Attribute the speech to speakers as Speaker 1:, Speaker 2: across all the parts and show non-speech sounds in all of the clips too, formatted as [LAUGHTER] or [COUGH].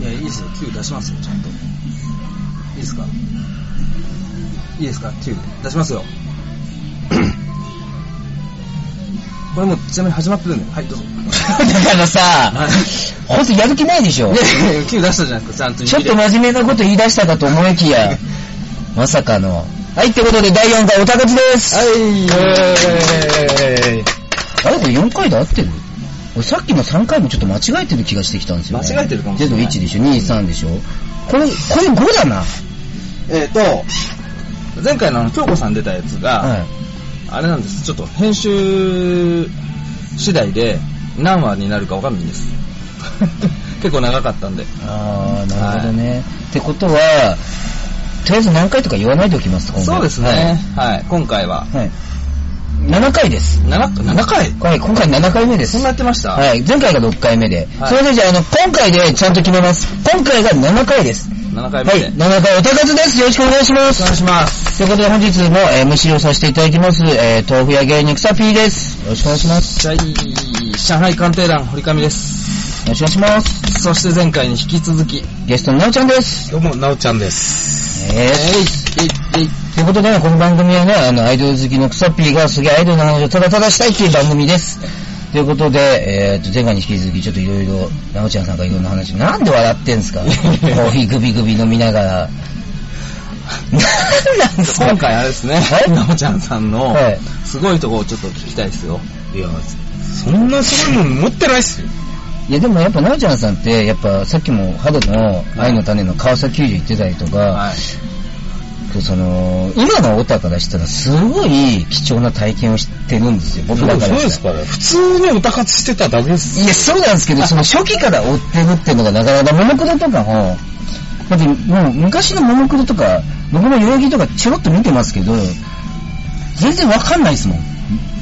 Speaker 1: 29出しますよ、ちゃんと。いいですかいいですか ?9 出し
Speaker 2: [COUGHS]
Speaker 1: ますよ。これもうちなみに始まってるんで、はい、どうぞ。
Speaker 2: だからさ、
Speaker 1: [LAUGHS]
Speaker 2: ほんとやる気ないでしょ。
Speaker 1: 9出したじゃないですか、ちゃんと。
Speaker 2: ちょっと真面目なこと言い出したかと思いきや、まさかの。はい、ってことで第4回おたかちです。
Speaker 1: はい。
Speaker 2: あれこれ4回で合ってる俺さっきも3回もちょっと間違えてる気がしてきたんですよ、ね。
Speaker 1: 間違えてるかもしれない
Speaker 2: 0、1でしょ、2、3でしょ。これ、これ5だな。
Speaker 1: えっ、と、前回のあの、京子さん出たやつが、
Speaker 2: はい。
Speaker 1: あれなんです。ちょっと編集次第で何話になるかわかんないんです。 [LAUGHS] 結構長かったんで。
Speaker 2: あー、なるほどね。ってことは、とりあえず何回とか言わないでおきます、今回
Speaker 1: そうですね。。はい。今回は。
Speaker 2: はい。はい、7回です。
Speaker 1: 7, 7回
Speaker 2: はい、今回7回目です
Speaker 1: そん。なやってました
Speaker 2: はい、前回が6回目で。
Speaker 1: はい
Speaker 2: それでじゃあ、あの、今回でちゃんと決めます。今回が7回です。
Speaker 1: 7
Speaker 2: は
Speaker 1: 回
Speaker 2: い、
Speaker 1: 目で。
Speaker 2: 7回おたかずです。よろしくお願いします。
Speaker 1: お願いします。
Speaker 2: ということで本日も、えー、無視をさせていただきます、えー、豆腐屋芸肉さ P です。よろしくお願いします。
Speaker 1: はい。上海鑑定団、堀上です。
Speaker 2: よろしくお願いします。
Speaker 1: そして前回に引き続き。
Speaker 2: ゲストのなおちゃんです。
Speaker 1: どうも、なおちゃんです。
Speaker 2: え
Speaker 1: え
Speaker 2: ー
Speaker 1: い、えい、えい。
Speaker 2: ということで、この番組はね、あの、アイドル好きの草 P がすげえアイドルの話をただただしたいっていう番組です。ということで、えー、と、前回に引き続き、ちょっといろいろ、なおちゃんさんからいろんな話、なんで笑ってんすかコーヒーグビグビ飲みながら。なんなんですか
Speaker 1: 今回あれですね
Speaker 2: は、い
Speaker 1: なおちゃんさんの
Speaker 2: はい
Speaker 1: すごいとこをちょっと聞きたいですよ。
Speaker 3: いや、そんなすごいもん持ってないっすよ。
Speaker 2: いやでもやっぱなおちゃんさんって、やっぱさっきも肌の愛の種の川崎球児行ってたりとか、
Speaker 1: はい。
Speaker 2: その、今のオタからしたらすごい貴重な体験をしてるんですよ、僕
Speaker 3: そう
Speaker 2: らから
Speaker 3: です
Speaker 2: したら。
Speaker 3: から。普通にオタ活してただけです。
Speaker 2: いや、そうなんですけど、その初期から追ってるっていうのがなかなか、ももクロとかも、だってもう昔のももクロとか、僕も代々木とかちょろっと見てますけど、全然わかんないですもん。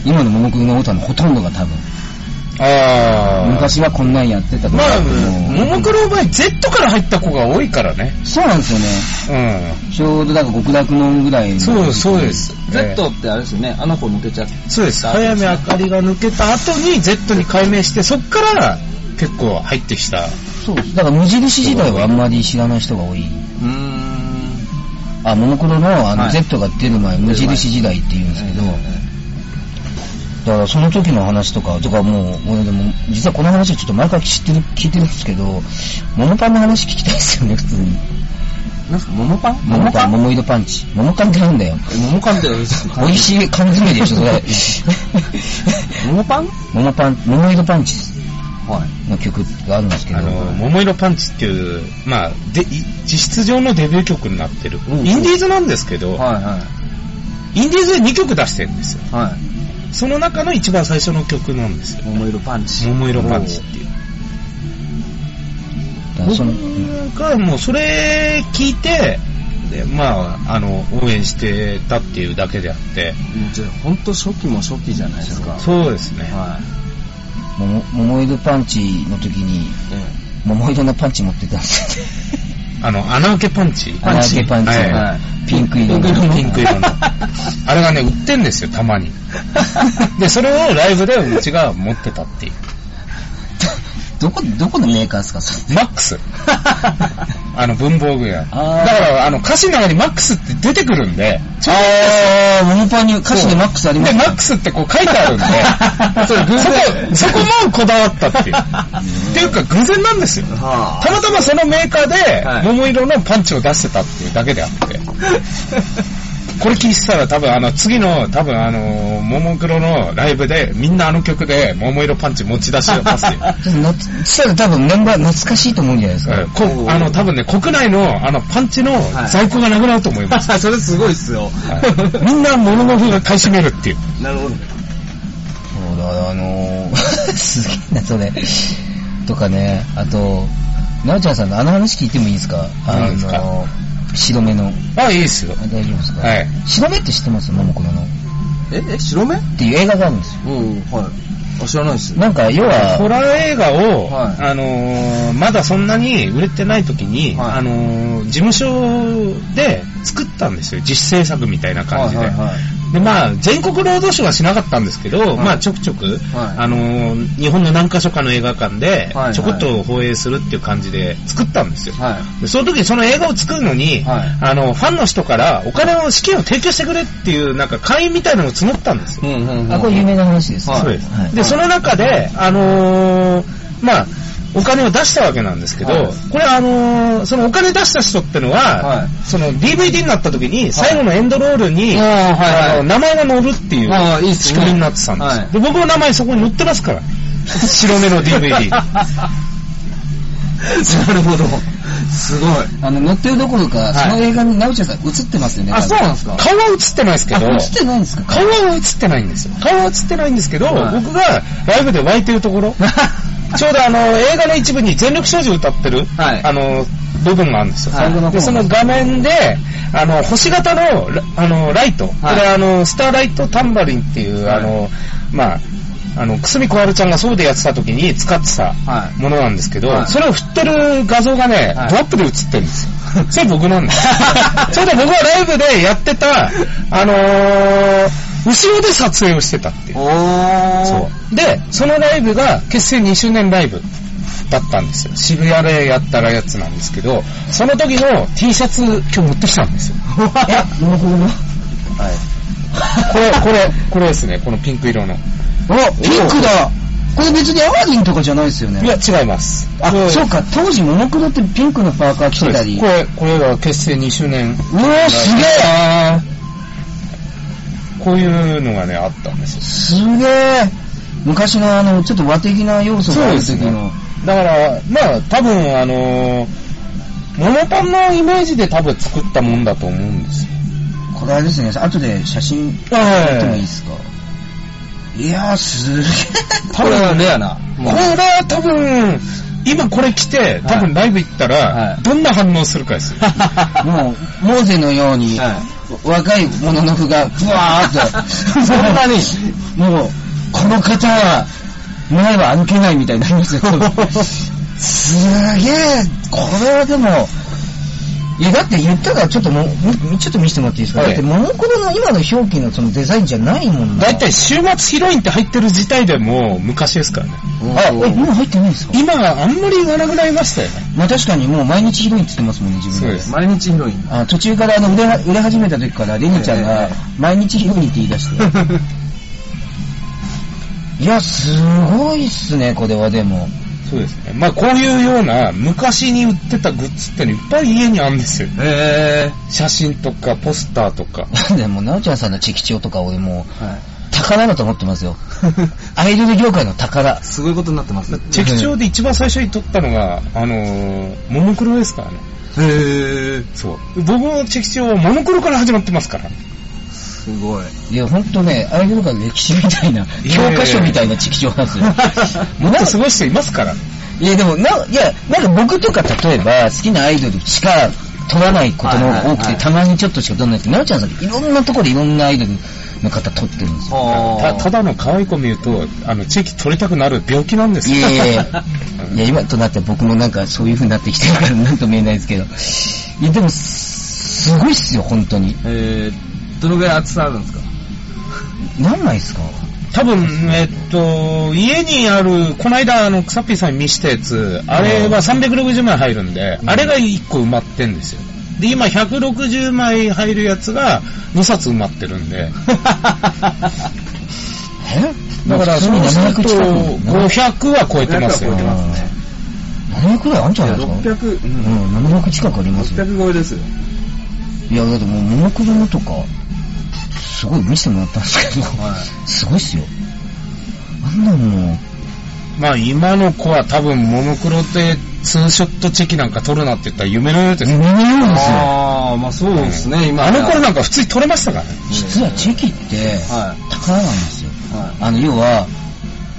Speaker 2: 今のももクロのオタのほとんどが多分。
Speaker 3: あ
Speaker 2: 昔はこんなんやってたとか
Speaker 3: まあ、
Speaker 2: もう
Speaker 3: ももクロの場合、Z から入った子が多いからね。
Speaker 2: そうなんですよね。
Speaker 3: う
Speaker 2: ちょうどだから極楽のぐらいの。
Speaker 3: ん。そう、そうです。え
Speaker 1: Z ってあれですよね、あの子抜けちゃって。
Speaker 3: えそうです。早めあかりが抜けた後に Z に改名して、そっから結構入ってきた。
Speaker 2: そうです。だから無印自体はあんまり知らない人が多い。
Speaker 1: うーん。
Speaker 2: あ、モノクロのあ
Speaker 1: は
Speaker 2: の
Speaker 1: い
Speaker 2: Z が出る前、無印時代って言うんですけど、だからその時の話とか、とかもう、俺でも、実はこの話ちょっと前から知ってる、聞いてるんですけど、モノパンの話聞きたいですよね、普通に。
Speaker 1: なんすか、桃パン
Speaker 2: モノパン、モモイドパンチ。モノカンってなんだよ。
Speaker 1: 桃パンって、
Speaker 2: 美味しい缶詰でしょ、それ。
Speaker 1: [LAUGHS] 桃パン
Speaker 2: モノパン、モモイドパンチ
Speaker 1: はい。
Speaker 2: の曲があるんですけど、
Speaker 3: あの、桃色パンチっていう、まあ、で、い実質上のデビュー曲になってる。
Speaker 1: うん
Speaker 3: インディーズなんですけど、
Speaker 1: はいは
Speaker 3: インディーズで2曲出してるんですよ。
Speaker 1: い。はい。
Speaker 3: その中の一番最初の曲なんですよ。
Speaker 1: 桃色パンチ。
Speaker 3: 桃色パンチっていう。
Speaker 2: だからその、うん
Speaker 3: 僕がもうそれ聞いて、でまあ、あの、応援してたっていうだけであって、
Speaker 1: もうじゃあほんと初期も初期じゃないですか。
Speaker 3: そうですね。
Speaker 1: はい。
Speaker 2: モモモモイドパンチの時に、
Speaker 1: え
Speaker 2: モモイドのパンチ持ってたんですよ。
Speaker 3: あの、穴開けパンチ。
Speaker 2: 穴開けパンチ
Speaker 3: はい
Speaker 1: えはい。
Speaker 2: ピンク色の。
Speaker 3: ピンク色の。 [LAUGHS] あれがね、売って
Speaker 1: [LAUGHS]
Speaker 3: んですよ、たまに。で、それをライブでうちが持ってたっていう。
Speaker 2: [LAUGHS] どこ、どこのメーカーですか [LAUGHS] それ
Speaker 3: マックス。あの、文房具屋。だか
Speaker 2: あー
Speaker 3: ら、あの、歌詞の中にマックスって出てくるんで、
Speaker 2: あー、モモパンに歌詞でマックスありま
Speaker 3: で、
Speaker 2: す
Speaker 3: マックスってこう書いてあるんで、それ偶然そこ、そこもこだわったっていう。っていうか、偶然なんですよ。
Speaker 1: は
Speaker 3: たまたまそのメーカーで、
Speaker 1: はい
Speaker 3: 桃色のパンチを出してたっていうだけであって。これ聞いてたら多分あの次の多分あのー、ももクロのライブでみんなあの曲で桃色パンチ持ち出しを出すよ。
Speaker 2: なしたら多分メンバー懐かしいと思うんじゃないですか。
Speaker 3: うんこあの多分ね国内のあのパンチの
Speaker 1: い
Speaker 3: 在庫がなくなると思い
Speaker 1: [LAUGHS]
Speaker 3: ます。
Speaker 1: それすごいっすよ。
Speaker 3: はいみんなモノノフが買い占めるっていう。
Speaker 1: なるほど。
Speaker 2: そうだ、あのー、 [LAUGHS] すげえな、それ。とかね、あと、なおちゃんさんのあの話聞いてもいいですかあの
Speaker 3: 何ですか
Speaker 2: ー、白目の。
Speaker 3: あ、いいですよ。
Speaker 2: あ大丈夫ですか
Speaker 3: はい。
Speaker 2: 白目って知ってますモモクロの。っ
Speaker 1: え、え、白目
Speaker 2: ていう映画があるんですよ。
Speaker 1: うん、はい。あ、知らないっす。
Speaker 2: なんか、要は、
Speaker 3: ホラー映画を、
Speaker 1: はい
Speaker 3: あのーまだそんなに売れてない時に、
Speaker 1: はい
Speaker 3: あのー事務所で作ったんですよ。実製作みたいな感じで。
Speaker 1: はいはいはい。
Speaker 3: で、まあ、全国ロードショーはしなかったんですけど、
Speaker 1: い
Speaker 3: まあ、ちょくちょく、
Speaker 1: はい
Speaker 3: あのー日本の何か所かの映画館で
Speaker 1: はいは、い
Speaker 3: ちょこっと放映するっていう感じで作ったんですよ。
Speaker 1: はい。
Speaker 3: でその時にその映画を作るのに、
Speaker 1: はい
Speaker 3: あの、ファンの人からお金を、資金を提供してくれっていう、なんか会員みたいなのを募ったんですよ。
Speaker 1: うんうんうん。
Speaker 2: あ、これ有名な話です。
Speaker 1: はい
Speaker 3: そうです。
Speaker 2: はい
Speaker 3: で、その中で、あのーまあ、お金を出したわけなんですけど、
Speaker 1: はい
Speaker 3: これあのーそのお金出した人ってのは、
Speaker 1: はい
Speaker 3: その DVD になった時に、最後のエンドロールに、
Speaker 1: あーはいはい
Speaker 3: あの名前が載るっていう
Speaker 1: あーいいっすね
Speaker 3: 仕組みになってたんです。
Speaker 1: はい
Speaker 3: で、僕の名前そこに載ってますから。白目の DVD。 [LAUGHS]
Speaker 1: なるほど。すごい。
Speaker 2: あの、乗ってるどころか、
Speaker 3: はい
Speaker 2: その映画にナウチャさん映ってますよね。
Speaker 1: あ、そうなんですか
Speaker 3: 顔は映ってないですけ
Speaker 2: あ
Speaker 3: ど、
Speaker 2: 映ってないんですか
Speaker 3: [LAUGHS] 顔は映ってないんですよ。顔は映ってないんですけど、
Speaker 1: はい
Speaker 3: 僕がライブで湧いてるところ、ちょうどあの、映画の一部に全力少女歌ってる、
Speaker 1: はい
Speaker 3: あの、部分があるんですよ。
Speaker 1: はい
Speaker 3: で、
Speaker 2: [LAUGHS]
Speaker 3: その画面で、あの、星型の、ラあの、ライト、これあの、スターライトタンバリンっていう、
Speaker 1: はい
Speaker 3: あの、まあ、あの、くすみこはるちゃんがそうでやってた時に使ってた
Speaker 1: はい
Speaker 3: ものなんですけど、
Speaker 1: はい
Speaker 3: それを振ってる画像がね、
Speaker 1: はい
Speaker 3: ドアップで映ってるんです
Speaker 1: [LAUGHS]
Speaker 3: よ。それ僕なんです。それで僕はライブでやってた、あのー後ろで撮影をしてたっていう。
Speaker 1: おー。
Speaker 3: そう。で、そのライブが結成2周年ライブだったんですよ。渋谷でやったらやつなんですけど、その時の T シャツ今日持ってきたんですよ。 [LAUGHS]
Speaker 2: なるほどな。
Speaker 3: これ、これ、これですね、このピンク色の。
Speaker 2: お、ピンクだこれ別にアワディンとかじゃないですよ
Speaker 3: い
Speaker 2: ね。
Speaker 3: や、違います。
Speaker 2: あ
Speaker 3: これ、
Speaker 2: そうか、当時モノクロってピンクのパーカー着
Speaker 3: そう
Speaker 2: て
Speaker 3: で
Speaker 2: た
Speaker 3: す
Speaker 2: り。
Speaker 3: これ、これが結成2周年。
Speaker 2: うわすげえ
Speaker 3: こういうのがね、あったんですよ。
Speaker 2: すげえ昔のあの、ちょっと和的な要素がある時の。
Speaker 3: だから、まあ、多分あのー、モノパンのイメージで多分作ったもんだと思うんですよ。
Speaker 2: これあれですね、後で写真撮ってもいいですかいやー、すげえ
Speaker 1: これはレアな。
Speaker 3: これは多分、今これ来て、多分ライブ行ったら、
Speaker 1: はい
Speaker 3: どんな反応するかですよ。
Speaker 2: [LAUGHS] もう、モーゼのように、
Speaker 1: は
Speaker 2: 若いもののふが、ふわーっと。
Speaker 1: [LAUGHS] そんなに
Speaker 2: もう、この方は、前は歩けないみたいになりますよ。すげえ、これはでも、いや、だって言ったら、ちょっともう、みちょっと見せてもらっていいですか、
Speaker 3: はい
Speaker 2: だって、モノクロの今の表記のそのデザインじゃないもんな。
Speaker 3: だいたい週末ヒロインって入ってる自体でもう昔ですからね。
Speaker 2: あ、え、もう入ってないんですか
Speaker 3: 今あんまり言わなくなりましたよね。
Speaker 2: まあ確かにもう毎日ひどいって言ってますもんね、自分
Speaker 3: そうです
Speaker 1: 毎日ヒロイン。
Speaker 2: あ途中からあの売れは売れ始めた時からレニちゃんが毎日ひどいって言い出して。いや、すごいっすね、これはでも。 [LAUGHS]
Speaker 3: そうですね。まあこういうような昔に売ってたグッズってのいっぱい家にあるんですよ。
Speaker 1: へ
Speaker 3: 写真とかポスターとか。
Speaker 2: でも、なおちゃんさんのチキチオとか俺も
Speaker 1: ー。は
Speaker 2: う宝だと思ってますよ。アイドル業界の宝
Speaker 1: い。。すごいことになってますね。
Speaker 3: チェキ帳で一番最初に撮ったのが、あのー、モノクロですからね。
Speaker 1: へー。
Speaker 3: そう。僕のチェキ帳はモノクロから始まってますから。
Speaker 1: すごい。
Speaker 2: いや、ほんとね、アイドル界の歴史みたいな、
Speaker 3: いやいやい
Speaker 2: 教
Speaker 3: や
Speaker 2: 科書みたいなチキチオなんですよ。
Speaker 3: もっとすごい人いますから。
Speaker 2: いや、でも、な、いや、なんか僕とか例えば、好きなアイドルしか取らないことの
Speaker 1: はいはいはい
Speaker 2: 多くて、たまにちょっとしか取らないって、なおちゃんさんっていろんなところでいろんなアイドルの方取ってるんですよ。
Speaker 3: たただの可愛い子見ると、あの、チェキ取りたくなる病気なんです
Speaker 2: い
Speaker 3: よ。
Speaker 2: やいやいや。いや、今となっては僕もなんかそういう風になってきてるからなんとも言えないですけど。いや、でも、すすごいっすよ、本当に。
Speaker 1: えー、どのぐらい厚さあるんですか
Speaker 2: なんないっすか
Speaker 3: 多分、えっと、家にある、この間、あの、草ピーさんに見したやつ、あれは360枚入るんで、あれが1個埋まってんですよ。で、今160枚入るやつが2冊埋まってるんで、 [LAUGHS]
Speaker 2: え
Speaker 3: だから、
Speaker 2: 普通
Speaker 3: そう
Speaker 2: に
Speaker 3: する
Speaker 2: 700
Speaker 3: と、
Speaker 2: 近くな
Speaker 3: 500は超えてますよ
Speaker 1: 500は超えてま
Speaker 3: ね。
Speaker 1: すね
Speaker 2: 700くらいあるんじゃないですか
Speaker 1: 600、う。
Speaker 2: うんん、700近くありますよ。
Speaker 1: 600超えですよ。
Speaker 2: いや、だってもう、モノクロのとか、すごい見せてもらったんですけど、すごいっすよ。あんなの、
Speaker 3: まあ、今の子は多分、モノクロでツーショットチェキなんか撮るなって言ったら夢のようです
Speaker 2: 夢
Speaker 3: よ。
Speaker 2: のようですよ。
Speaker 1: あー、まあそうですね、今。
Speaker 3: あの頃なんか普通に撮れましたからね。
Speaker 2: 実はチェキって、
Speaker 1: は
Speaker 2: 宝なんですよ。
Speaker 1: い。は
Speaker 2: あの、要は、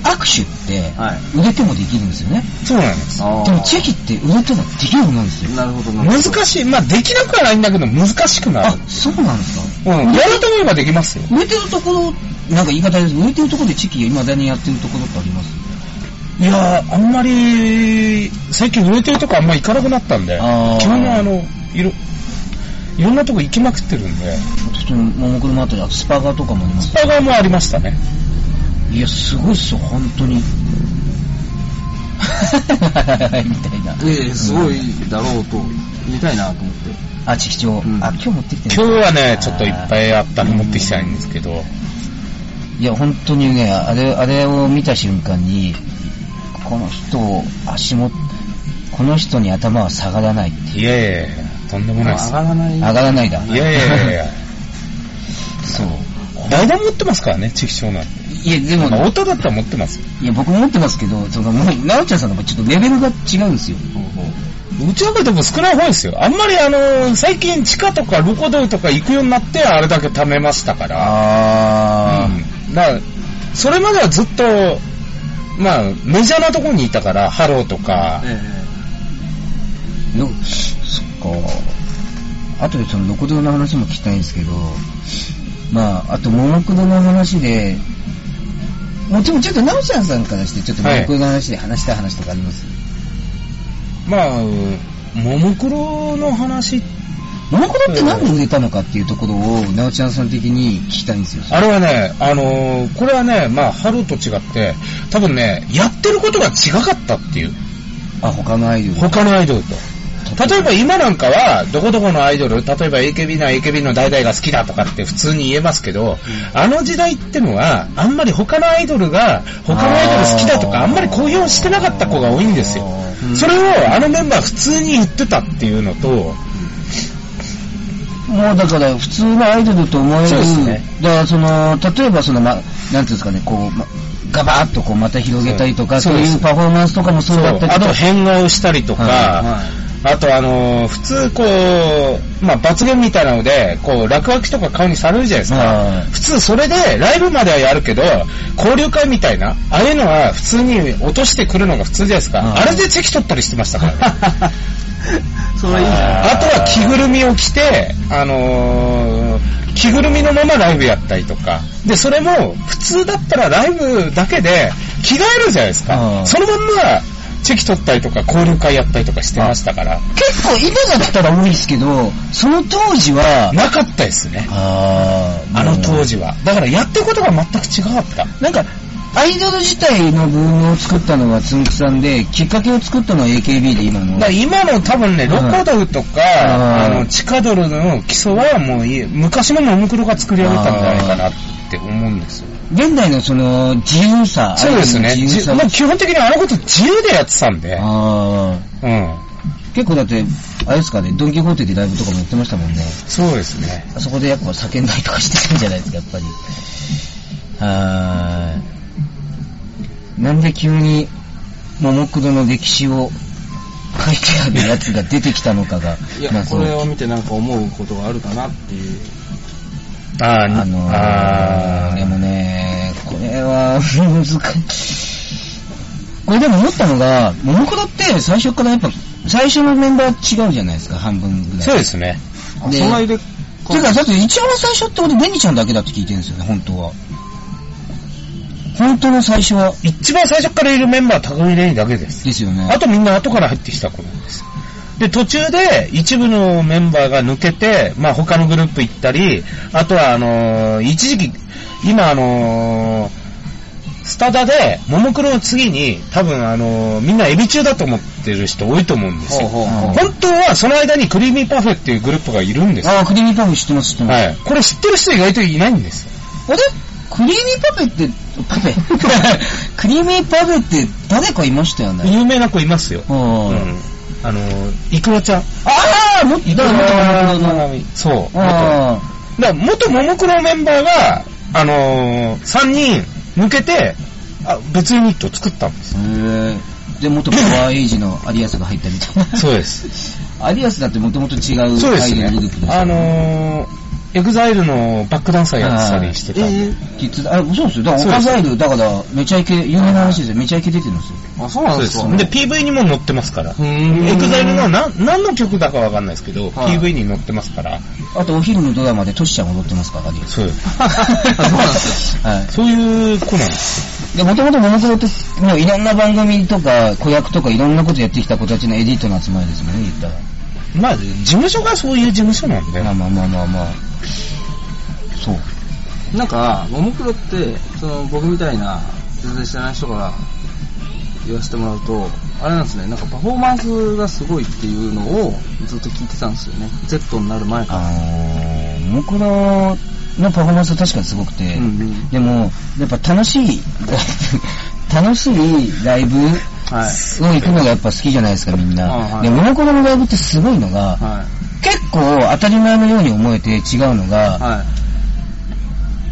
Speaker 2: 握手って
Speaker 1: い。、はい。
Speaker 2: 売れてもできるんですよね。
Speaker 3: そうなんです。
Speaker 1: あ
Speaker 2: でもチェキって売れてもできるもんなんですよ。
Speaker 1: なるほど、なるほ
Speaker 3: 難
Speaker 1: ど。
Speaker 3: しい。まあ、できなくはないんだけど、難しくな
Speaker 2: あ
Speaker 3: る。、
Speaker 2: そうなんですか
Speaker 3: うん。やろうと思えばできますよ。
Speaker 2: 売れてるところ、なんか言い方です。売れてるところでチェキが未だにやってるところってあります
Speaker 3: いやー、あんまり、最近売れてるとこあんま行かなくなったんで、
Speaker 2: あー
Speaker 3: 基本はあの、いろ、いろんなとこ行きまくってるんで、
Speaker 2: ちょっと、ももクロもあったじゃん。スパガとかもあります
Speaker 3: ス。パガもありましたね。
Speaker 2: いや、すごいっすよ、本当
Speaker 3: [LAUGHS]
Speaker 2: に。はいみたいな。
Speaker 1: ええ、すごいだろうと、見たいなと思って。
Speaker 2: あ、ちきちょう。
Speaker 1: うん
Speaker 2: あ、今日持ってきてる。
Speaker 3: 今日はね、ちょっといっぱいあったの持ってきたいんですすけど、
Speaker 2: いや、本当にね、あれ、あれを見た瞬間に、この人を足も、この人に頭は下がらないっていう。
Speaker 3: いやいやいや、とんでもないです。
Speaker 1: 上がらない。
Speaker 2: 上がらないだ。
Speaker 3: いやいやいやいや、
Speaker 2: そう。
Speaker 3: 誰でも持ってますからね、チキショウなんて。
Speaker 2: いや、でも、
Speaker 3: まあ、太田だったら持ってますよ。
Speaker 2: いや、僕も持ってますけど、その、もう、なおちゃんさんの方がちょっとレベルが違うんですよ。
Speaker 1: ほうほう
Speaker 3: うちの方でも少ない方ですよ。あんまりあの、最近地下とかロコドルとか行くようになって、あれだけ貯めましたから。
Speaker 2: あ
Speaker 3: うん。だから、それまではずっと、まあ、メジャーなところにいたから、ハローとか、
Speaker 1: え
Speaker 2: ー。よ、そっか。あとでその、ロコドの話も聞きたいんですけど、まあ、あと、モモクロの話で、もちろんちょっとなおちゃんさんからして、ちょっとモ
Speaker 3: はい
Speaker 2: モクロの話で話したい話とかあります、
Speaker 3: まあ、ももクロの話、
Speaker 2: モモクロってなんで売れたのかっていうところを、なおちゃんさん的に聞きたいんですよ。
Speaker 3: あれはね、あのーこれはね、まあ、ハローと違って、多分ね、やってることが違かったっていう。
Speaker 2: あ、他のアイドル。
Speaker 3: 他のアイドルと。例えば今なんかは、どこどこのアイドル、例えば AKB な AKB の代々が好きだとかって普通に言えますけど、あの時代ってのは、あんまり他のアイドルが、他のアイドル好きだとか、あんまり公表してなかった子が多いんですよ。
Speaker 1: うん
Speaker 3: それをあのメンバー普通に言ってたっていうのと、
Speaker 2: もうだから普通のアイドルと思える。
Speaker 3: そうですね
Speaker 2: だからその、例えばその、ま、なんていうんですかね、こう、ま、ガバーッとこうまた広げたりとか、
Speaker 3: そ
Speaker 2: そううい
Speaker 3: そ
Speaker 2: う
Speaker 3: うです
Speaker 2: パフォーマンスとかもそうだったけ
Speaker 3: あ
Speaker 2: ど、
Speaker 3: と変顔したりとか、
Speaker 2: はい
Speaker 3: あとあのー普通こう、まあ、罰ゲームみたいなので、こう、落書きとか顔にされるじゃないですか。
Speaker 2: はい
Speaker 3: 普通それで、ライブまではやるけど、交流会みたいな、ああいうのは普通に落としてくるのが普通じゃないですか。
Speaker 2: はい
Speaker 3: あれでチェキ取ったりしてましたからね。
Speaker 1: それはいいじゃない。、
Speaker 3: あとは着ぐるみを着て、あのー着ぐるみのままライブやったりとか。で、それも、普通だったらライブだけで、着替えるじゃないです
Speaker 2: う
Speaker 3: か。
Speaker 2: ん
Speaker 3: そのまんま、チェキ取ったりとか、交流会やったりとかしてましたから、
Speaker 2: 結構今だったら多いですけど、その当時は、
Speaker 3: なかったですね。
Speaker 2: あ
Speaker 3: あの当
Speaker 2: 時。
Speaker 3: 時は。だからやってることが全く違かった。
Speaker 2: なんか、アイドル自体のブームを作ったのはつんくさんで、きっかけを作ったのは AKB で今の。
Speaker 3: だから今の多分ね、ロコドルとか、
Speaker 2: あ
Speaker 3: あ
Speaker 2: ー
Speaker 3: の、地下ドルの基礎はもういい昔のモムクロが作り上げたんじゃないかなって思うんですよ。
Speaker 2: 現代のその、自由さ。
Speaker 3: そうです
Speaker 2: ア
Speaker 3: ね。
Speaker 2: イドルの自由
Speaker 3: じ
Speaker 2: さ。
Speaker 3: もう基本的にあのこと自由でやってたんで。
Speaker 2: あー
Speaker 3: うん。
Speaker 2: 結構だって、あれですかね、ドン・キホーテでライブとかもやってましたもんね。
Speaker 3: そうですね。
Speaker 2: あそこでやっぱ叫んだりとかしてるんじゃないですか、やっぱり。はーい。なんで急に、ももクロの歴史を書いてあるやつが出てきたのかが
Speaker 1: いや、
Speaker 2: まあ
Speaker 1: こ
Speaker 2: そ
Speaker 1: れを
Speaker 2: の
Speaker 1: 見てなんか思うことがあるかなっていう。
Speaker 3: ああ
Speaker 2: あのー、でもね、これは難しい。これでも思ったのが、ももクロって最初からやっぱ、最初のメンバー違うじゃないですか、半分ぐらい。
Speaker 3: そうですね。
Speaker 1: あ、
Speaker 2: で
Speaker 1: その入れ、
Speaker 2: てか、だって一番最初って俺、ベニちゃんだけだって聞いてるんですよね、本当は。本当の最初は。
Speaker 3: 一番最初からいるメンバーは高木レインだけです。
Speaker 2: ですよね。
Speaker 3: あとみんな後から入ってきた子なんです。で、途中で一部のメンバーが抜けて、まあ他のグループ行ったり、あとはあのー一時期、今あのースタダで、ももクロの次に、多分あのーみんなエビ中だと思ってる人多いと思うんですよ。
Speaker 1: ほうほう
Speaker 2: ほう
Speaker 3: 本当はその間にクリーミーパフェっていうグループがいるんですよ。
Speaker 2: ああ、クリーミーパフェ知ってます、知ってます。
Speaker 3: はい。これ知ってる人意外といないんですよ。
Speaker 2: あれクリーミーパフェって、パフェクリーミーパフェって誰かいましたよね。
Speaker 3: 有名な子いますよ。
Speaker 2: うん
Speaker 3: うんあの、イクロちゃん。
Speaker 2: ああ、もっと、
Speaker 3: イク
Speaker 2: だ
Speaker 3: ロ
Speaker 2: から元々の
Speaker 3: そう。元だか
Speaker 2: あ
Speaker 3: ら元ももクロメンバーが、あのー、3人抜けて、あ別ユニットを作ったんです。
Speaker 2: あ、へえ。で、元パワーエイジのアリアスが入ったみたいな。
Speaker 3: [LAUGHS] そうです。
Speaker 2: アリアスだってもともと違うアイド
Speaker 3: そう
Speaker 2: ルグル
Speaker 3: で
Speaker 2: ー
Speaker 3: す
Speaker 2: プ
Speaker 3: ね
Speaker 2: ですよ。ね。
Speaker 3: あのー、エグザイルのバックダンサーやってたりしてたんで。
Speaker 1: え
Speaker 2: キッズあ、そうですよ。だから、オカザイル、だから、めちゃイケ、有名な話ですよ。めちゃイケ出てるんですよ。
Speaker 1: あ、そうなんですか。
Speaker 3: で、PV にも載ってますから。
Speaker 1: うーん
Speaker 3: エグザイルのな何の曲だかわかんないですけど、
Speaker 1: はい
Speaker 3: PV に載ってますから。
Speaker 2: あと、お昼のドラマでトシちゃん踊ってますから、アリアス。
Speaker 3: [LAUGHS] そうです。
Speaker 1: [LAUGHS] そうなんです
Speaker 2: は
Speaker 3: そういう子なんです。
Speaker 2: い。で、もともとモノクロって、もういろんな番組とか、子役とかいろんなことやってきた子たちのエディートの集まりですもんね、言ったら。
Speaker 3: まあ、事務所がそういう事務所なんで。
Speaker 2: まあまあまあまあまあ。そう。
Speaker 1: なんか、ももクロって、その、僕みたいな、全然知らない人から言わせてもらうと、あれなんですね、なんかパフォーマンスがすごいっていうのをずっと聞いてたんですよね。Z になる前か
Speaker 2: あのー、ももクロのパフォーマンスは確かにすごくて、
Speaker 1: ら。うんうん。
Speaker 2: でも、やっぱ楽しい、 [LAUGHS] 楽しいライブ
Speaker 1: はい。
Speaker 2: を行くのがやっぱ好きじゃないですか、みん
Speaker 1: あ
Speaker 2: な。
Speaker 1: はい
Speaker 2: で、ももクロのライブってすごいのが、
Speaker 1: は
Speaker 2: 結構当たり前のように思えて違うの
Speaker 1: い。
Speaker 2: が、
Speaker 1: は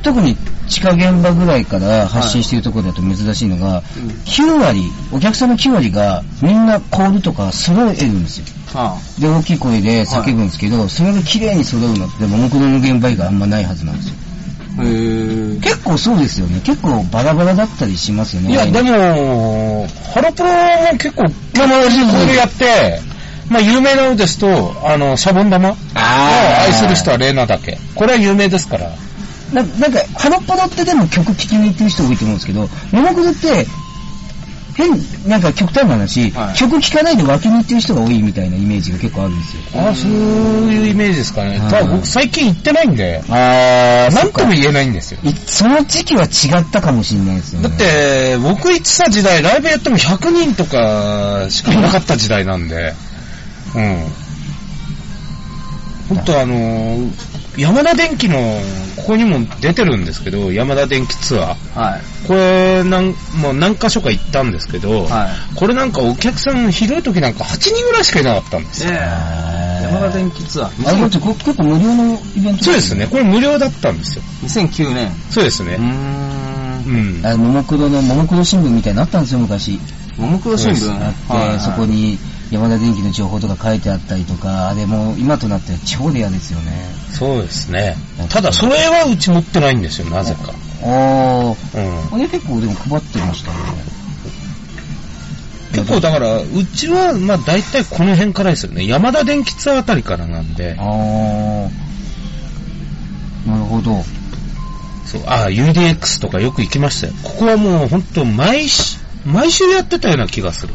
Speaker 2: 特に地下現場ぐらいから発信しているところだと珍しいのが、
Speaker 1: い。うん。
Speaker 2: 9割、お客さんの9割がみんなコールとか揃えるんですよ。
Speaker 1: は
Speaker 2: で、大きい声で叫ぶんですけど、それが綺麗に揃うのって、ももクロの現場以外あんまないはずなんですよ。
Speaker 1: あ。へー。
Speaker 2: 結構そうですよね。結構バラバラだったりしますよね。
Speaker 3: いや、で
Speaker 2: も、
Speaker 3: も、ハロプロも結構、まあまあこれやって、まあ、有名なのですと、あの、シャボン玉を
Speaker 2: あー
Speaker 3: 愛する人はレーナだけ。これは有名ですから。
Speaker 2: ななんか、ハロッパロってでも曲聴きに行ってる人多いと思うんですけど、ももクロって、変、なんか極端な話、
Speaker 1: はい
Speaker 2: 曲聴かないで脇に行ってる人が多いみたいなイメージが結構あるんですよ。
Speaker 3: ああ、そういうイメージですかね。ただ
Speaker 2: うん
Speaker 3: 僕最近行ってないんで、
Speaker 2: あ
Speaker 3: なんとも言えないんですよ。
Speaker 2: いその時期は違ったかもしれないですよね。
Speaker 3: だって、僕行ってた時代、ライブやっても100人とかしかいなかった時代なんで、うん。ほんとあのー、山田電機の、ここにも出てるんですけど、山田電機ツアー。
Speaker 1: はい。
Speaker 3: これ、なん、もう何箇所か行ったんですけど、
Speaker 1: はい。
Speaker 3: これなんかお客さんひどい時なんか8人ぐらいしかいなかったんです
Speaker 1: え
Speaker 3: よ。
Speaker 1: え。山田電機ツアー。
Speaker 2: あれだってこ結構無料のイベント
Speaker 3: そうですね。。これ無料だったんですよ。
Speaker 1: 2009年。
Speaker 3: そうです
Speaker 1: うー。
Speaker 3: ね。うんん。
Speaker 2: あの、ももクロの、ももクロ新聞みたいになったんですよ、昔。
Speaker 1: ももクロ新聞
Speaker 3: そうです
Speaker 2: あ
Speaker 1: は
Speaker 2: って、
Speaker 1: いはい。
Speaker 2: そこに山田電機の情報とか書いてあったりとか、あれも今となっては地方レアですよね。
Speaker 3: そうですね。ただそれはうち持ってないんですよ、なぜか。
Speaker 2: あー、
Speaker 3: うん。
Speaker 2: あれ結構でも配ってましたね。
Speaker 3: 結構だから、うちは、まあ大体この辺からですよね。山田電機ツアーあたりからなんで、
Speaker 2: あー、なるほど。
Speaker 3: そう、ああ、UDX とかよく行きましたよ。ここはもう本当毎週、毎週やってたような気がする。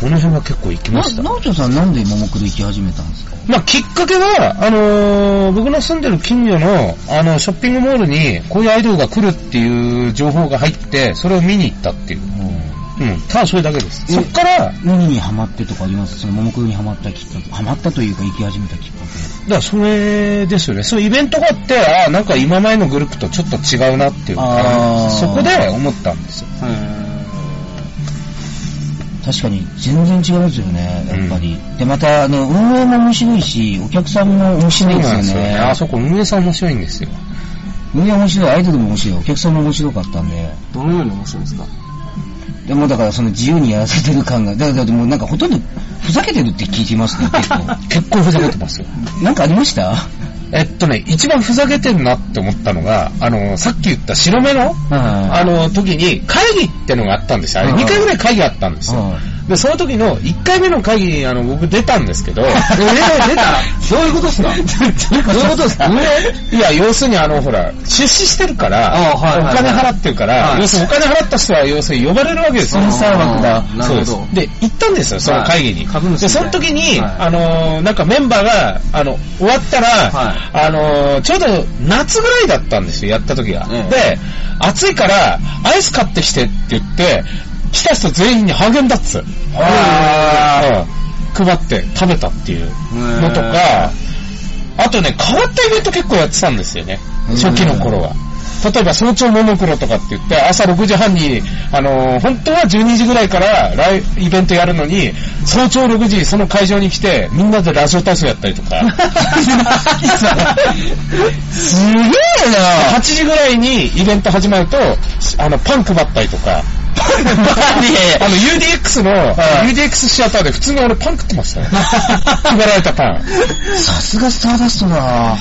Speaker 3: この辺は結構行きま
Speaker 2: な、
Speaker 3: した。
Speaker 2: なおちょさんなんでももクロ行き始めたんですか
Speaker 3: まあきっかけは、あのー僕の住んでる近所の、あの、ショッピングモールに、こういうアイドルが来るっていう情報が入って、それを見に行ったっていう。うん、ただそれだけです。そっから、
Speaker 2: 何にハマってとかありますそのももクロにハマったきっかけ。ハマったというか行き始めたきっか
Speaker 3: だからそれですよね。そういうイベントがあって、ああ、なんか今前のグループとちょっと違うなっていう
Speaker 2: あー
Speaker 3: か、そこで思ったんですよ。
Speaker 1: うーん
Speaker 2: け。確かに全然違いますよね、やっぱり。で、また、あの、運営も面白いし、お客さんも面白いですよ
Speaker 3: そうなん
Speaker 2: ね。
Speaker 3: あそこ運営さん面白いんですよ。
Speaker 2: 運営面白い、アイドルも面白い、お客さんも面白かったんで。
Speaker 1: どのように面白いんですか
Speaker 2: でもだからその自由にやらせてる感が、だからだってもうなんかほとんどふざけてるって聞いてますね、結構。
Speaker 3: 結構ふざけてますよ。
Speaker 2: なんかありました
Speaker 3: [LAUGHS] えっとね、一番ふざけてるなって思ったのが、あの、さっき言った白目の、あ
Speaker 2: あ
Speaker 3: の、時に会議ってのがあったんですよ。あれ
Speaker 2: うん
Speaker 3: 2回ぐらい会議あったんですよ。で、その時の1回目の会議にあの、僕出たんですけ [LAUGHS] ど、え出 [LAUGHS] た
Speaker 1: どういうことですか
Speaker 2: どういうことですか
Speaker 3: いや、要するにあの、ほら、出資してるから、
Speaker 1: あはいはいはい
Speaker 3: お金払ってるから、
Speaker 1: はい
Speaker 3: 要するにお金払った人は要するに呼ばれるわけですよ。
Speaker 2: スポンサー枠が
Speaker 1: あーな
Speaker 3: そう
Speaker 1: る
Speaker 3: で
Speaker 1: ほど
Speaker 3: す。。で、行ったんですよ、その会議に。
Speaker 1: はい株主みた
Speaker 3: で、
Speaker 1: いな
Speaker 3: その時に、
Speaker 1: はい
Speaker 3: あのーなんかメンバーが、あの、終わったら、
Speaker 1: は
Speaker 3: あのーちょうど夏ぐらいだったんですよ、やった時が。
Speaker 1: ええ
Speaker 3: で、暑いから、アイス買ってきてって言って、来た人全員にハーゲンダッツ。あ配って食べたっていう。 [LAUGHS] のとか、あとね、変わったイベント結構やってたんですよね。初期の頃は。例えば、早朝ももクロとかって言って、朝6時半に、あのー本当は12時ぐらいからライイベントやるのに、早朝6時、その会場に来て、みんなでラジオ体操やったりとか。 [LAUGHS]
Speaker 2: すげえな
Speaker 3: 8時ぐらいにイベント始まると、あの、パン配ったり [LAUGHS] とか。パンあの、UDX の、UDX シアターで普通に俺パン食ってま [LAUGHS] したよ。配られたパン。
Speaker 2: さすがスターダストだ。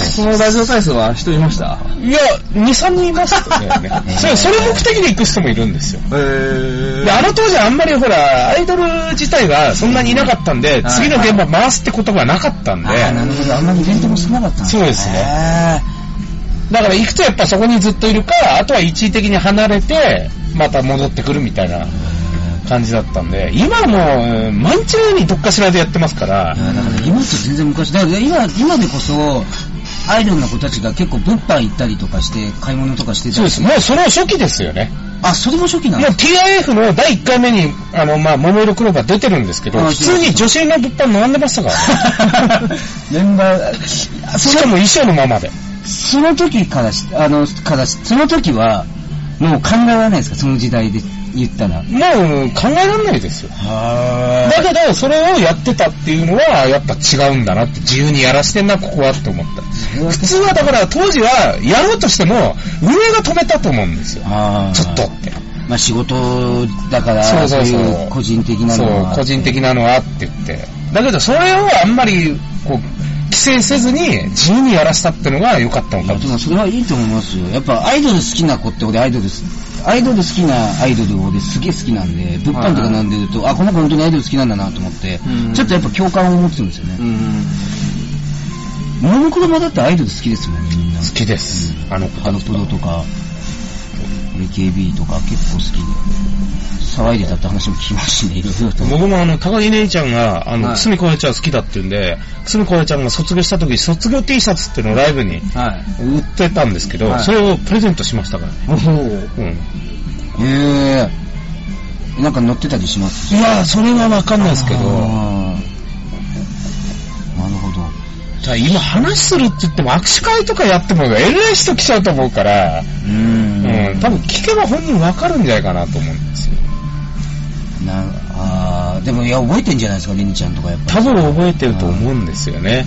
Speaker 1: そのラジオ体操は人いました
Speaker 3: いや、2、3人いましたよね [LAUGHS] それ、それ目的で行く人もいるんですよ。
Speaker 1: えー
Speaker 3: [LAUGHS] で、あの当時あんまりほら、アイドル自体がそんなにいなかったんで、
Speaker 1: ん
Speaker 3: 次の現場回すってことがなかったんで、
Speaker 2: あなるほど、あんまりイベントも少なかったん
Speaker 3: そうですね
Speaker 2: ね。
Speaker 3: だから行くとやっぱそこにずっといるか、あとは一時的に離れて、また戻ってくるみたいな。感じだったんで、今はもう、うん毎日のようにどっかしらでやってますから
Speaker 2: い、やだから今と全然昔だから今今でこそアイドルの子たちが結構物販行ったりとかして買い物とかしてた
Speaker 3: そう
Speaker 2: り
Speaker 3: です。もうその初期ですよね。
Speaker 2: あそれも初期な
Speaker 3: も
Speaker 2: [LAUGHS]
Speaker 3: う
Speaker 2: の
Speaker 3: TIF の第1回目に、あの、まあ、桃色黒が出てるんですけど、
Speaker 2: あ
Speaker 3: 普通に女性の物販並んでましたから
Speaker 2: [LAUGHS]
Speaker 3: ね
Speaker 2: メンバー
Speaker 3: しかも衣装のままで。
Speaker 2: その時からしあのからしその時はもう考えられないですかその時代で言ったら
Speaker 3: もう考えられないですよ。
Speaker 2: は
Speaker 3: だけど、それをやってたっていうのは、やっぱ違うんだなって、自由にやらしてんな、ここはって思った。普通はだから、当時は、やろうとしても、上が止めたと思うんですよ。
Speaker 2: あー
Speaker 3: ちょっとって。
Speaker 2: まあ仕事だから
Speaker 3: そうそうそう
Speaker 2: い個人的な
Speaker 3: そ
Speaker 2: の
Speaker 3: う
Speaker 2: は、
Speaker 3: 個人的なのはって言って。だけど、それをあんまり、こう、規制せずに、自由にやらしたってのが良かったの
Speaker 2: い
Speaker 3: か
Speaker 2: や
Speaker 3: も
Speaker 2: でもそれはいいと思いますよ。やっぱアイドル好きな子って俺アイドルす、アイドル好きなアイドル俺すげえ好きなんで、物販とかなんでると、あ、この子本当にアイドル好きなんだなと思って
Speaker 1: うん、
Speaker 2: ちょっとやっぱ共感を持つんですよね。
Speaker 1: うん。
Speaker 2: モノクロもだってアイドル好きですもんね、みんな。
Speaker 3: 好きです。あの子
Speaker 2: ハロプロとか、AKB とか結構好きで、騒いでたって話も聞きますし
Speaker 3: [LAUGHS]
Speaker 2: ね、いろいろと。
Speaker 3: 僕もあの、高木姉ちゃんが、あの、
Speaker 1: はい
Speaker 3: くすみこえちゃん好きだって言うんで、くすみこえちゃんが卒業した時、卒業 T シャツっていうのをライブに
Speaker 1: はい。
Speaker 3: 売ってたんですけど、
Speaker 1: はい
Speaker 3: それをプレゼントしましたからね。
Speaker 1: おお。
Speaker 3: うん。
Speaker 2: えー、なんか乗ってたりします
Speaker 3: いやー、それはわかんないですけど、
Speaker 2: あーなるほど。
Speaker 3: じゃあ今話するって言っても握手会とかやっても LA 人来ちゃうと思うから、
Speaker 2: う
Speaker 3: うんん、多分聞けば本人わかるんじゃないかなと思うんですよ。
Speaker 2: なあーでもいや覚えてんじゃないですかレニちゃんとかやっぱ
Speaker 3: 多
Speaker 2: り
Speaker 3: 分覚えてると思うんですよね。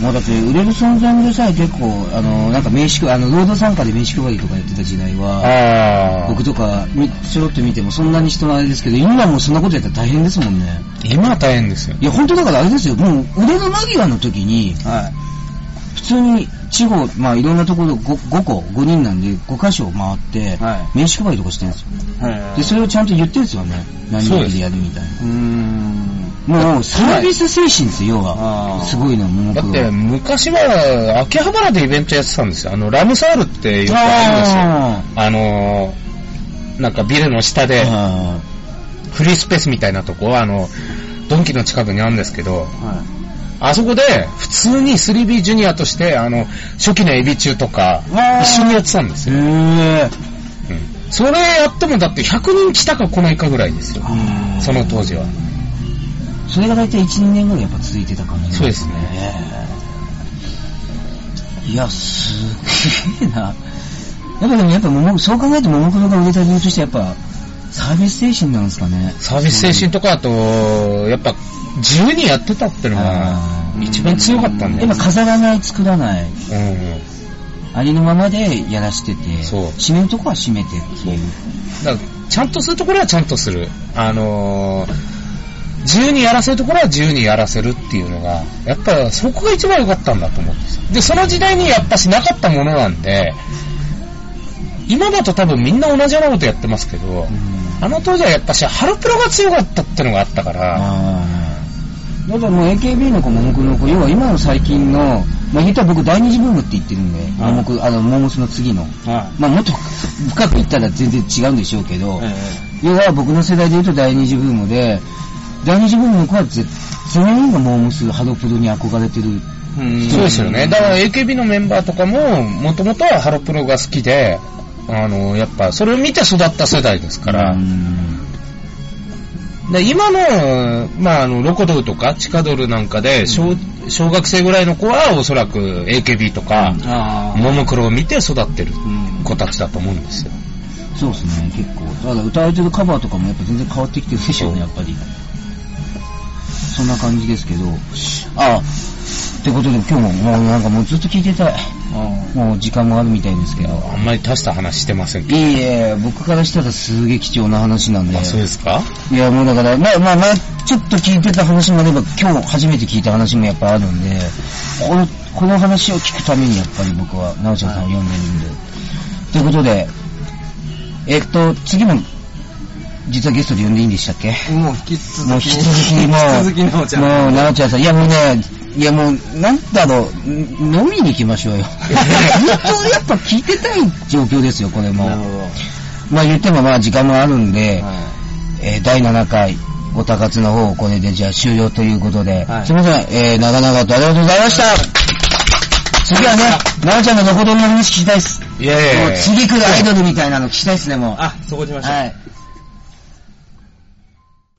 Speaker 2: もうだって売れる存在でさえ結構あのなんか名刺配あのロード参加で名刺配りとかやってた時代は
Speaker 3: ああ
Speaker 2: 僕。とかみちょろっと見てもそんなに人はあれですけど今もうそんなことやったら大変ですもんね
Speaker 3: 今は大変ですよ。
Speaker 2: いや本当だからあれですよもう売れる間際の時に
Speaker 1: はい。
Speaker 2: 普通に地方まあいろんなところ 5, 5個5人なんで5箇所回って
Speaker 1: は
Speaker 2: 名刺配りとかしてるんですよ
Speaker 1: は
Speaker 2: でそれをちゃんと言ってるんですよね何
Speaker 3: そうで
Speaker 2: 々
Speaker 3: す
Speaker 2: でやるみたいな
Speaker 1: うーん。
Speaker 2: もうサービス精神ですよ要は
Speaker 1: あー
Speaker 2: すごいのもも
Speaker 3: だ
Speaker 2: クロ
Speaker 3: って昔は秋葉原でイベントやってたんですよ。あの、ラムサールっていうとこあ
Speaker 2: あ
Speaker 3: るんですよ。あのー、なんかビルの下で、
Speaker 2: あ
Speaker 3: フリースペースみたいなとこ、あの、ドンキの近くにあるんですけど、
Speaker 1: は
Speaker 3: あそこで、普通に 3B ジュニアとして、あの、初期のエビ中とか
Speaker 2: わ、ー
Speaker 3: 一緒にやってたんです
Speaker 2: へ
Speaker 3: よ。
Speaker 2: え
Speaker 3: うんそれやってもだって100人来たか来ないかぐらいですよ。その当時は。
Speaker 2: それが大体12年ぐらいやっぱ続いてた感じ
Speaker 3: そうですね
Speaker 2: へえいやすげえなやっぱでもやっぱももそう考えてももクロが売れた理由としてやっぱサービス精神なんですかね
Speaker 3: サービス精神とか、あと、やっぱ、自由にやってたっていうのが
Speaker 2: あ、
Speaker 1: ー
Speaker 3: 一番強かったんだ
Speaker 2: や
Speaker 3: よ
Speaker 2: っぱ
Speaker 3: ね。
Speaker 2: 飾らない作らない
Speaker 3: うん。
Speaker 2: ありのままでやらしてて
Speaker 3: そう
Speaker 2: 締めるとこは締めてっていう
Speaker 3: だからちゃんとするところはちゃんとする。あのー自由にやらせるところは自由にやらせるっていうのが、やっぱそこが一番良かったんだと思うんですよ。で、その時代にやっぱしなかったものなんで、今だと多分みんな同じようなことやってますけど、あの当時はやっぱしハロプロが強かったってのがあったから、
Speaker 2: だからもう AKB の子、ももクロの子、要は今の最近の、まあ言ったら僕第二次ブームって言ってるんで、ももクロあの、モモスの次の。
Speaker 1: い。は
Speaker 2: まあもっと深く言ったら全然違うんでしょうけど
Speaker 1: い。、え
Speaker 2: 要は僕の世代で言うと第二次ブームで、第二次ブームの子はぜ全員がモモス、ハドプロに憧れてる。
Speaker 1: えうん
Speaker 3: そうですよね。だから AKB のメンバーとかも、もともとはハロプロが好きで、あのーやっぱそれを見て育った世代ですから、
Speaker 2: うん
Speaker 3: で今の、まあ、あのロコドルとか地下ドルなんかで小,、小学生ぐらいの子はおそらく AKB とか、
Speaker 1: あ
Speaker 3: ももクロを見て育ってる
Speaker 1: あ。うん。
Speaker 3: 子たちだと思うんですよ。
Speaker 2: そうですね、結構。だから歌われてるカバーとかもやっぱ全然変わってきてるでしょうね、やっぱり。そんな感じですけど。ああ、ってことで今日ももうなんかもうずっと聞いてたい。
Speaker 1: あ
Speaker 2: もう時間もあるみたいですけど。
Speaker 3: あんまり大した話してませんけ
Speaker 2: いいえ、僕からしたらすげえ貴重な話なんで
Speaker 3: ど。。あ、そうですか
Speaker 2: いや、もうだから、まあまあまあ、ちょっと聞いてた話もあれば、今日初めて聞いた話もやっぱあるんで、この、この話を聞くためにやっぱり僕は、なおちゃんさんを呼んでるんで。ということで、えっと、次も、実はゲストで呼んでいいんでしたっけ
Speaker 1: もう引き続き。
Speaker 2: もう引き続きもう、
Speaker 1: 引き続きなおちゃん。
Speaker 2: もう、なおちゃんさん、いやもうね、いやもう、なんだろう、ん飲みに行きまし
Speaker 1: [LAUGHS]
Speaker 2: ょうよ。本当やっぱ聞いてたい状況ですよ、これも
Speaker 1: なる。ほど。
Speaker 2: まあ言ってもまあ時間もあるんで、
Speaker 1: は
Speaker 2: えー第7回、おたかつの方、これでじゃあ終了ということで、
Speaker 1: はい
Speaker 2: すみません、えー、長々とありがとうございました。次はね、奈々ちゃんのどこどんの話聞きたいっす。も
Speaker 3: イェーイ
Speaker 2: う次来るアイドルみたいなの聞きたいっすね、もう。
Speaker 1: あ、そこにしましょう。
Speaker 2: はい。